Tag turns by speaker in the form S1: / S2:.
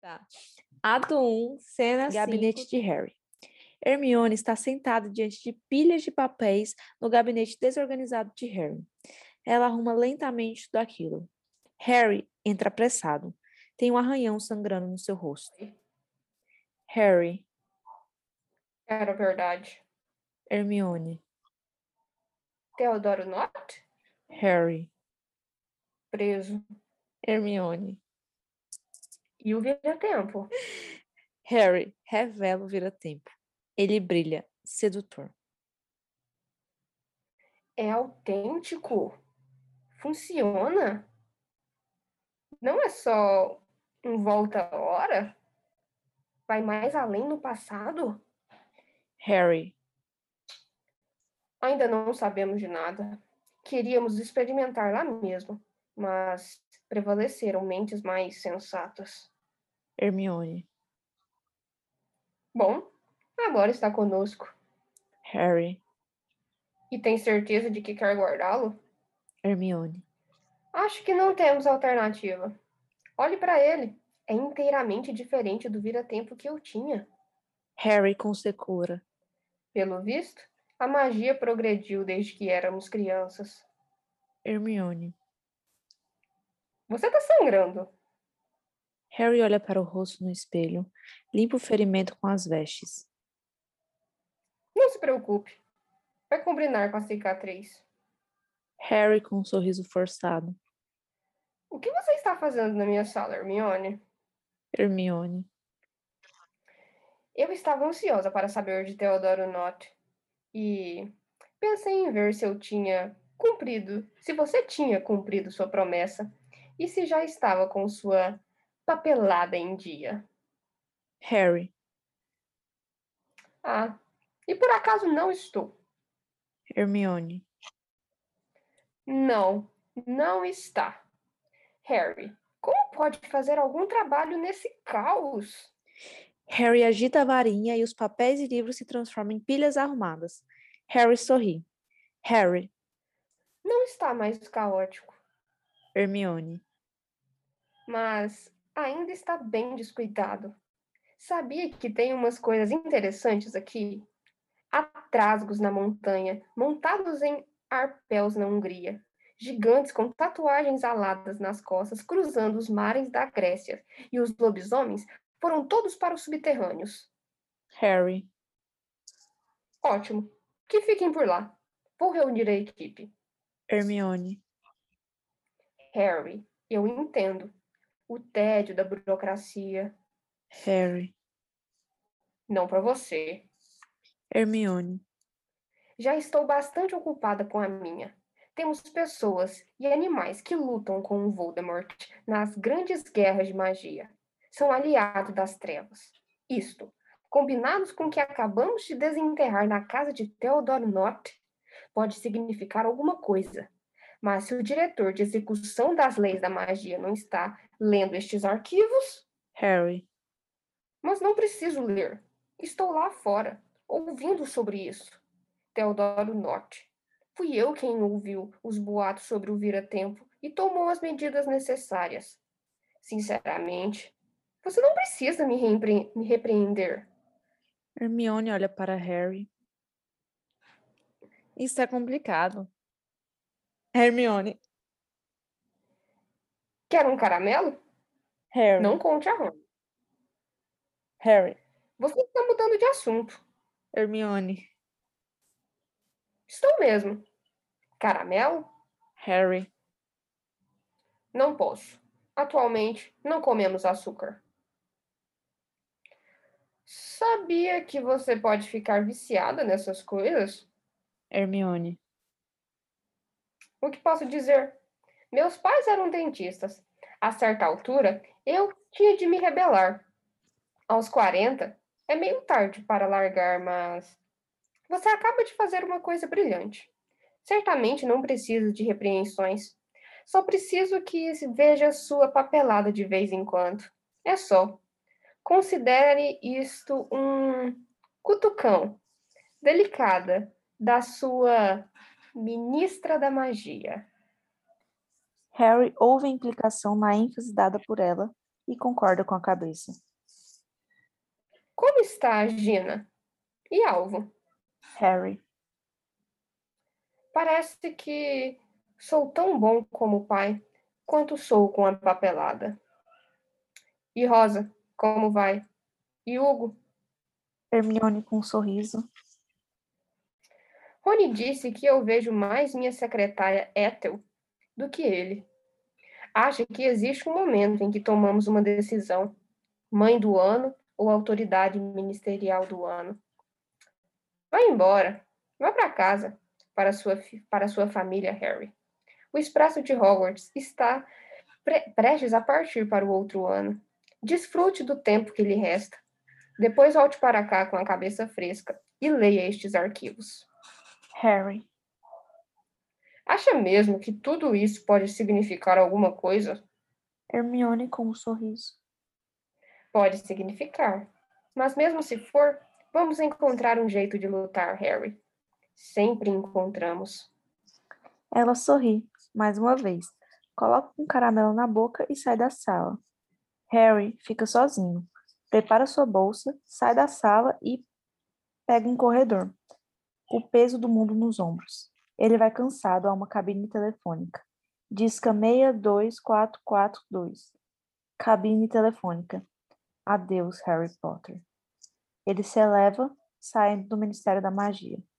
S1: Tá. Ato 1,
S2: Tá
S1: cena 5.
S3: Gabinete de Harry.
S1: Hermione está sentada diante de pilhas de papéis no gabinete desorganizado de Harry. Ela arruma lentamente tudo aquilo. Harry entra apressado. Tem um arranhão sangrando no seu rosto. Harry,
S2: Era verdade.
S1: Hermione,
S2: Teodoro Nott?
S1: Harry,
S2: Preso.
S1: Hermione.
S2: E o vira-tempo.
S1: Harry revela o vira-tempo. Ele brilha, sedutor.
S2: É autêntico? Funciona? Não é só um volta-hora? Vai mais além no passado?
S1: Harry,
S2: Ainda não sabemos de nada. Queríamos experimentar lá mesmo, mas prevaleceram mentes mais sensatas.
S1: Hermione,
S2: Bom, agora está conosco.
S1: Harry,
S2: E tem certeza de que quer guardá-lo?
S1: Hermione,
S2: Acho que não temos alternativa. Olhe para ele. É inteiramente diferente do vira-tempo que eu tinha.
S1: Harry com secura.
S2: Pelo visto, a magia progrediu desde que éramos crianças.
S1: Hermione.
S2: Você está sangrando.
S1: Harry olha para o rosto no espelho, limpa o ferimento com as vestes.
S2: Não se preocupe. Vai combinar com a cicatriz.
S1: Harry com um sorriso forçado.
S2: O que você está fazendo na minha sala, Hermione?
S1: Hermione,
S2: Eu estava ansiosa para saber de Teodoro Nott. E pensei em ver se eu tinha cumprido, se você tinha cumprido sua promessa e se já estava com sua papelada em dia.
S1: Harry,
S2: Ah, e por acaso não estou.
S1: Hermione,
S2: Não, não está. Harry, como pode fazer algum trabalho nesse caos?
S1: Harry agita a varinha e os papéis e livros se transformam em pilhas arrumadas. Harry sorri. Harry,
S2: Não está mais caótico,
S1: Hermione,
S2: mas ainda está bem descuidado. Sabia que tem umas coisas interessantes aqui? Atrasgos na montanha, montados em arpéus na Hungria. Gigantes com tatuagens aladas nas costas, cruzando os mares da Grécia. E os lobisomens foram todos para os subterrâneos.
S1: Harry,
S2: Ótimo. Que fiquem por lá. Vou reunir a equipe.
S1: Hermione,
S2: Harry, eu entendo. O tédio da burocracia.
S1: Harry,
S2: Não para você.
S1: Hermione,
S2: Já estou bastante ocupada com a minha. Temos pessoas e animais que lutam com o Voldemort nas grandes guerras de magia. São aliados das trevas. Isto, combinados com o que acabamos de desenterrar na casa de Theodore Nott, pode significar alguma coisa. Mas se o diretor de execução das leis da magia não está lendo estes arquivos,
S1: Harry,
S2: mas não preciso ler. Estou lá fora, ouvindo sobre isso. Teodoro Norte. Fui eu quem ouviu os boatos sobre o vira-tempo e tomou as medidas necessárias. Sinceramente, você não precisa me, reempre- me repreender.
S1: Hermione olha para Harry. Isso é complicado. Hermione,
S2: Quer um caramelo?
S1: Harry,
S2: Não conte a Ron.
S1: Harry,
S2: Você está mudando de assunto.
S1: Hermione,
S2: Estou mesmo. Caramelo?
S1: Harry,
S2: Não posso. Atualmente, não comemos açúcar. Sabia que você pode ficar viciada nessas coisas?
S1: Hermione,
S2: O que posso dizer? Meus pais eram dentistas. A certa altura, eu tinha de me rebelar. Aos 40, é meio tarde para largar, mas você acaba de fazer uma coisa brilhante. Certamente não preciso de repreensões. Só preciso que se veja sua papelada de vez em quando. É só. Considere isto um cutucão delicada da sua ministra da magia.
S1: Harry ouve a implicação na ênfase dada por ela e concorda com a cabeça.
S2: Como está a Gina? E alvo?
S1: Harry.
S2: Parece que sou tão bom como pai quanto sou com a papelada. E Rosa, como vai? E Hugo?
S1: Hermione com um sorriso.
S2: Rony disse que eu vejo mais minha secretária Ethel do que ele. Acha que existe um momento em que tomamos uma decisão, mãe do ano ou autoridade ministerial do ano. Vá embora, vá para casa, para sua, para sua família, Harry. O expresso de Hogwarts está pre prestes a partir para o outro ano. Desfrute do tempo que lhe resta. Depois volte para cá com a cabeça fresca e leia estes arquivos.
S1: Harry.
S2: Acha mesmo que tudo isso pode significar alguma coisa?
S1: Hermione com um sorriso.
S2: Pode significar. Mas mesmo se for, vamos encontrar um jeito de lutar, Harry. Sempre encontramos.
S1: Ela sorri, mais uma vez, coloca um caramelo na boca e sai da sala. Harry fica sozinho. Prepara sua bolsa, sai da sala e pega um corredor. O peso do mundo nos ombros. Ele vai cansado a uma cabine telefônica. Disca 62442. Cabine telefônica. Adeus, Harry Potter. Ele se eleva, saindo do Ministério da Magia.